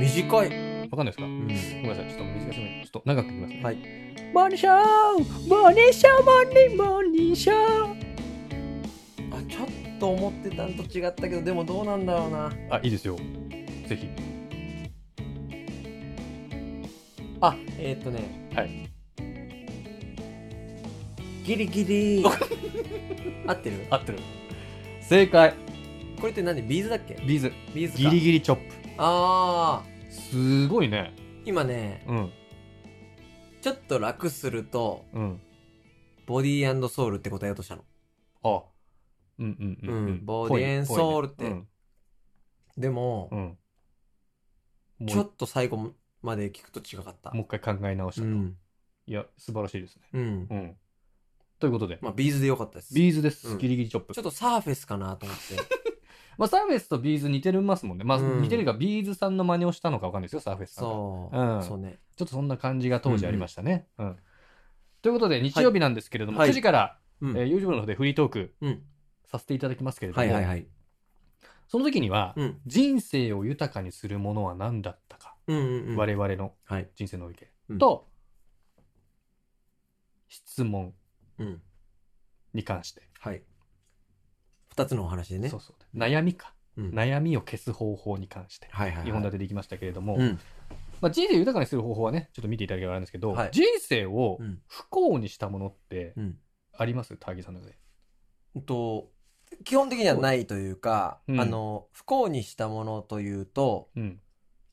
短い。わかんないですかうごんめんなさい、ちょっと短しめ、ちょっと長くいきますね。はい。モーニングショーモーニングショーモーニングモーニングショーあ、ちょっと思ってたんと違ったけど、でもどうなんだろうな。あ、いいですよ。ぜひ。あ、えーっとね。はい。ギリ ギリ。合ってる合ってる。正解。これって何ビーズだっけビーズ。ビーズか。ギリギリチョップ。ああ、すごいね。今ね、うん。ちょっと楽すると、うん。ボディーソウルって答えようとしたの。あ。うんうんうんううんん。ボディエンソールってぽいねでもぽい、ねうん。うん。ちょもうっと最後まで聞くと違かった。もう一回考え直したと。うん。いや、素晴らしいですね。うん。うん。ということで、まあ、ビーズでよかったです。ビーズです。うんギリギリチョップ。ちょっとサーフェスかなと思って。まあ、サーフェスとビーズ似てるますもんね。まあ、うん似てるが、ビーズさんの真似をしたのかわかんないですよ、サーフェスさんが。 そう、うんそうね。ちょっとそんな感じが当時ありましたね。うんということで、日曜日なんですけれども、はい9時から、うん。えー YouTube の方でフリートークうん。させていただきますけれども、はいはいはい。その時には、うん。人生を豊かにするものは何だったか、うんうんうん。我々のはい。人生の意見、うんと、質問うん。に関して、はい。二つのお話でね。そうそう悩みか、うん悩みを消す方法に関して、はいはい、はい。日本立てでいきましたけれども、うん。まあ、人生を豊かにする方法はね、ちょっと見ていただければあるんですけど、はい人生をうん。不幸にしたものってうん。あります、ターギーさんの中で。うんと、基本的にはないというか、うんあの、不幸にしたものというと、うん。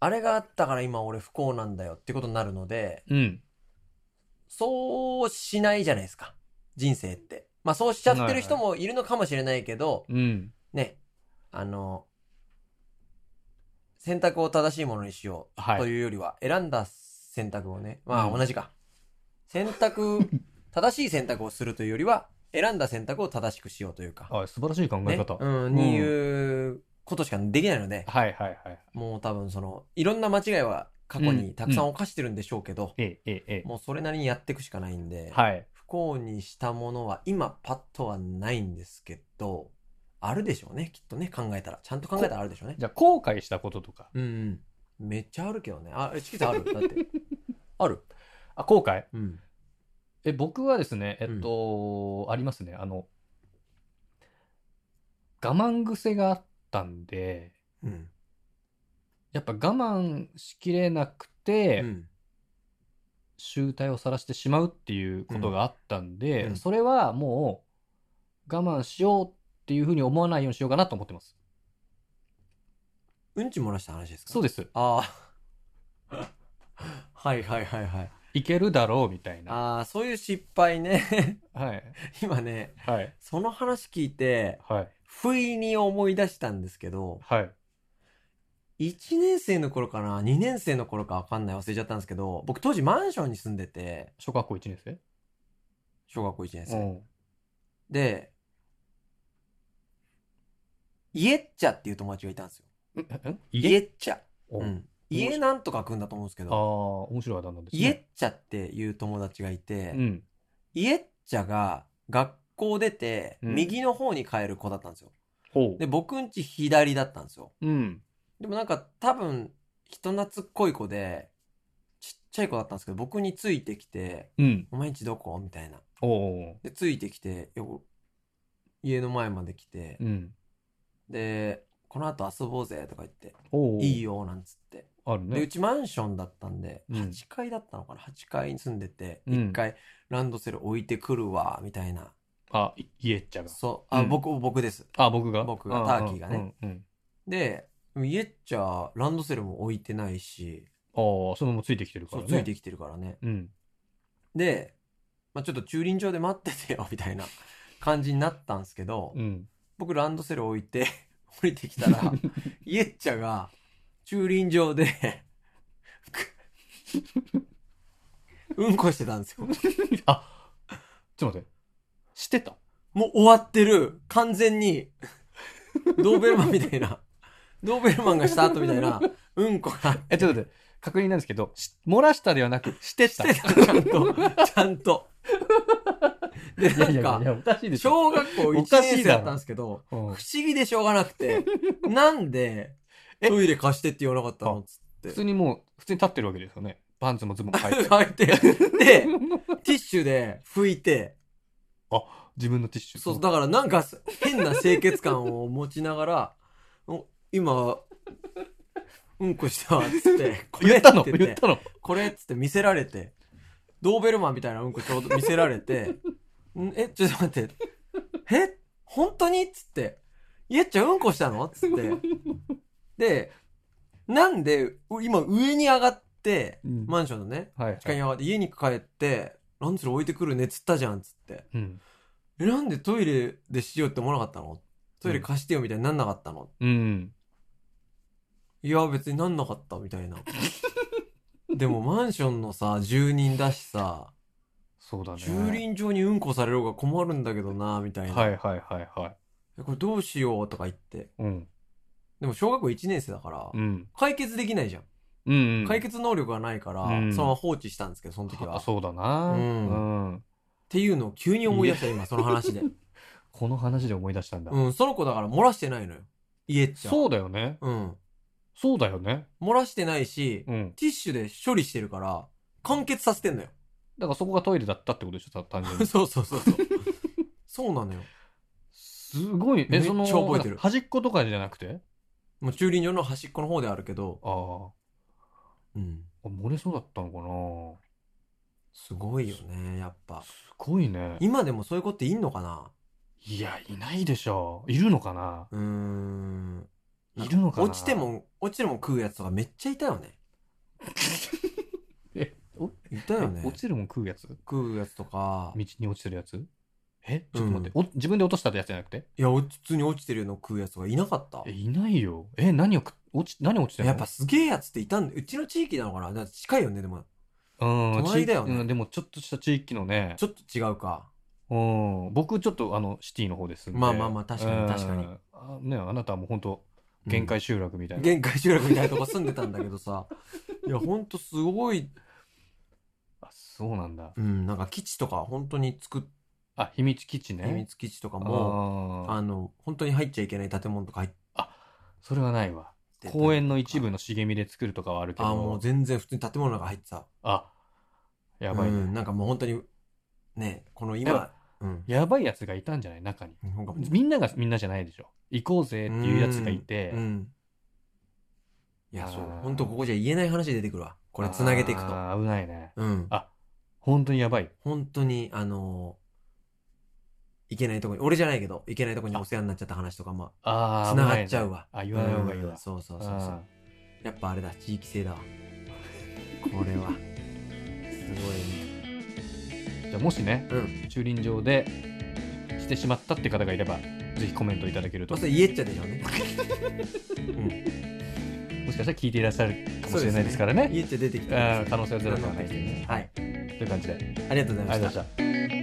あれがあったから今俺不幸なんだよってことになるので、うん。そうしないじゃないですか。人生って。まあそうしちゃってる人もいるのかもしれないけど、うん。ね、あの、選択を正しいものにしようはいというよりは、選んだ選択をね、まあうん同じか。選択、 正しい選択をするというよりは、選んだ選択を正しくしようというか、あ素晴らしい考えね方。、うん、にいうことしかできないので、はいはいはい。もう多分その、いろんな間違いは過去にたくさん犯してるんでしょうけど、えええええもうそれなりにやっていくしかないんで、え。はい。不幸にしたものは今パッとはないんですけど、あるでしょうね、きっとね、考えたら。ちゃんと考えたらあるでしょうね。じゃあ後悔したこととか。うんうん。めっちゃあるけどね。あ、えチキ さんあるだって。あるあ後悔うん。え僕はですねえっと、ありますねあの我慢癖があったんでうん。やっぱ我慢しきれなくて、うん集体を晒してしまうっていうことがあったんで、うんうんそれはもう我慢しようっていうふうに思わないようにしようかなと思ってます。うんち漏らした話ですかそうです。です。ああ。 はいはいはいはい。いけるだろうみたいな。ああ、そういう失敗ね。 はい。今ね、はい。その話聞いて、はい。不意に思い出したんですけど、はい。 1年生の頃かな ?2 年生の頃かわかんない。忘れちゃったんですけど、僕当時マンションに住んでて、小学校1年生小学校1年う生。ん。で、イエッチャっていう友達がいたんですよ。イエッチャ。おうん、家なんとかくんだと思うんですけああ、ど、面白いあだ名です、ね。イエッチャっていう友達がいて、うん。イエッチャが学校出て、うん右の方に帰る子だったんですよ。ほで、僕んち左だったんですよ。う。うん。でもなんか多分、人懐っこい子で、ちっちゃい子だったんですけど、僕についてきて、うん。お前んちどこみたいな。おお。で、ついてきて、いやお家の前まで来て、うん。で、この後遊ぼうぜとか言って、おお。いいよ。よ、なんつって。あるで、うね。ちマンションだったんで、うん8階だったのかな ?8 階に住んでて、うん1階ランドセル置いてくるわ、みたいな。あ、いイエッチャが。そう、あ、うん僕、僕です。あ、僕が僕がうんターキーがね。うんうん。で、家っちゃ、ランドセルも置いてないし、ああ、そのままついてきてるかそらう、ね。ついてきてるからね。うん。で、まあちょっと駐輪場で待っててよ、みたいな感じになったんですけど、うん。僕ランドセル置いて 降りてき たら、イエッチャが駐輪場でうんこしてたんですよ。あ、ちょっと待って。してたもう終わってる。完全に、ドーベルマンみたいな、ドーベルマンがした後みたいな、うんこが、え、ちょっと待って。確認なんですけど、し漏らしたではなく、して。したてた、ちゃんと、ちゃんと。で、いやいやなんいやいか、や、おかしいでしょ。小学校おか1しいだろ年生だったんですけど、うん不思議でしょうがなくて、なんで、トイレ貸してって言わなかったのっつって普通にもう、普通に立ってるわけですよね。パンツもズボンも 履いて。履いてでティッシュで拭いて自分のティッシュ。そうだからなんか変な清潔感を持ちながらお今うんこしたわっつってこ れ言ったのて言言ったのこれっつって見せられてドーベルマンみたいなうんこちょうど見せられて「んえちょっと待ってえ本当に?」っつって「イエッちゃんうんこしたの?」っつってでなんでう今上に上がってうんマンションのねはいはい地下に上がって家に帰って「ランドセル置いてくるね」っつったじゃんっつってうん。 「えなんでトイレでしようって思わなかったのトイレ貸してよ」みたいになんなかったのうん。いや、別になんなかった、みたいな。 でも、マンションのさ、住人だしさ、そうだね。駐輪場にうんこされる方が困るんだけどな、みたいな。はいはいはいはい。えこれどうしようとか言って。うん。でも、小学校1年生だから、うん。解決できないじゃん。うんうん。解決能力がないから、うんそのまま放置したんですけど、その時は。あっそうだな。うんうん。ていうのを急に思い出した、今、その 話で。この話で思い出したんだ。うん、その子だから漏らしてないのよ。家っちゃ。そうだよね。うん。そうだよね。漏らしてないし、うん。ティッシュで処理してるから、完結させてんのよ。だからそこがトイレだったってことでしょ、た単 純に。そうそうそうそう。そうなのよ。すごい。めっちゃ覚えてる端っことかじゃなくてもう駐輪場の端っこの方であるけど、ああ。うん、あ漏れそうだったのかすごいよね、やっぱな。。すごいね。今でもそういう子っていんのかないや、いないでしょう。いるのかなうーん。いるのかな落ちて。も、落ちても食うやつとかめっちゃいたよね。 え、おいたよねえ。落ちるもん食うやつ食うやつとか、道に落ちてるやつえちょっと待って、お自分で落としたってやつじゃなくていや、お普通に落ちてるの食うやつがいなかったえ。いないよえ何をく落ち何落ちてるのやっぱすげえやつっていたんうちの地域なのかなだって近いよね、でも。うん隣だよ地ね域うんでもちょっとした地域のねちょっと違うか。うん僕ちょっとあのシティの方ですんでまあまあまあ確かにうん確かにあねあなたはもう本当限界集落みたいな、限界集落みたいなとこ住んでたんだけ どさ。いや、ほんとすごい、あそうなんだうん、なんか基地とか本当に作っあ秘密基地ね秘密基地とかも、もああの、本当に入っちゃいけない建物とか入ってそれはないわたり公園の一部の茂みで作るとかはあるけどあ、もう全然普通に建物の中入ってた。あやばい、ねうん。なんかもう本当に、ね、こので今も、うん。やばいやつがいたんじゃない中に日本がみんながみんなじゃないでしょ行こうぜっていうやつがいて、うん。いや、あーそう。本当ここじゃ言えない話出てくるわ。これ繋げていくと。あー危ないねうんあ。本当にやばい本当に、あのー、いけないとこに、俺じゃないけど、いけないとこにお世話になっちゃった話とか、まあ、ああ繋がっちゃうわ。あ言わない方がいいわうんそうそうそうそう。やっぱあれだ、地域性だわ。これは、すごいね。うんじゃあもしねうん。駐輪場でしてしまったって方がいればぜひコメントいただけるとまもあ、そしれ言えっちゃでしょうね。かしたら聞いていらっしゃるかもしれないですからね言えっちゃ出てきあたー可能性はゼロではないですねはい。という感じでありありがとうござがとうごいまざいしまし。たた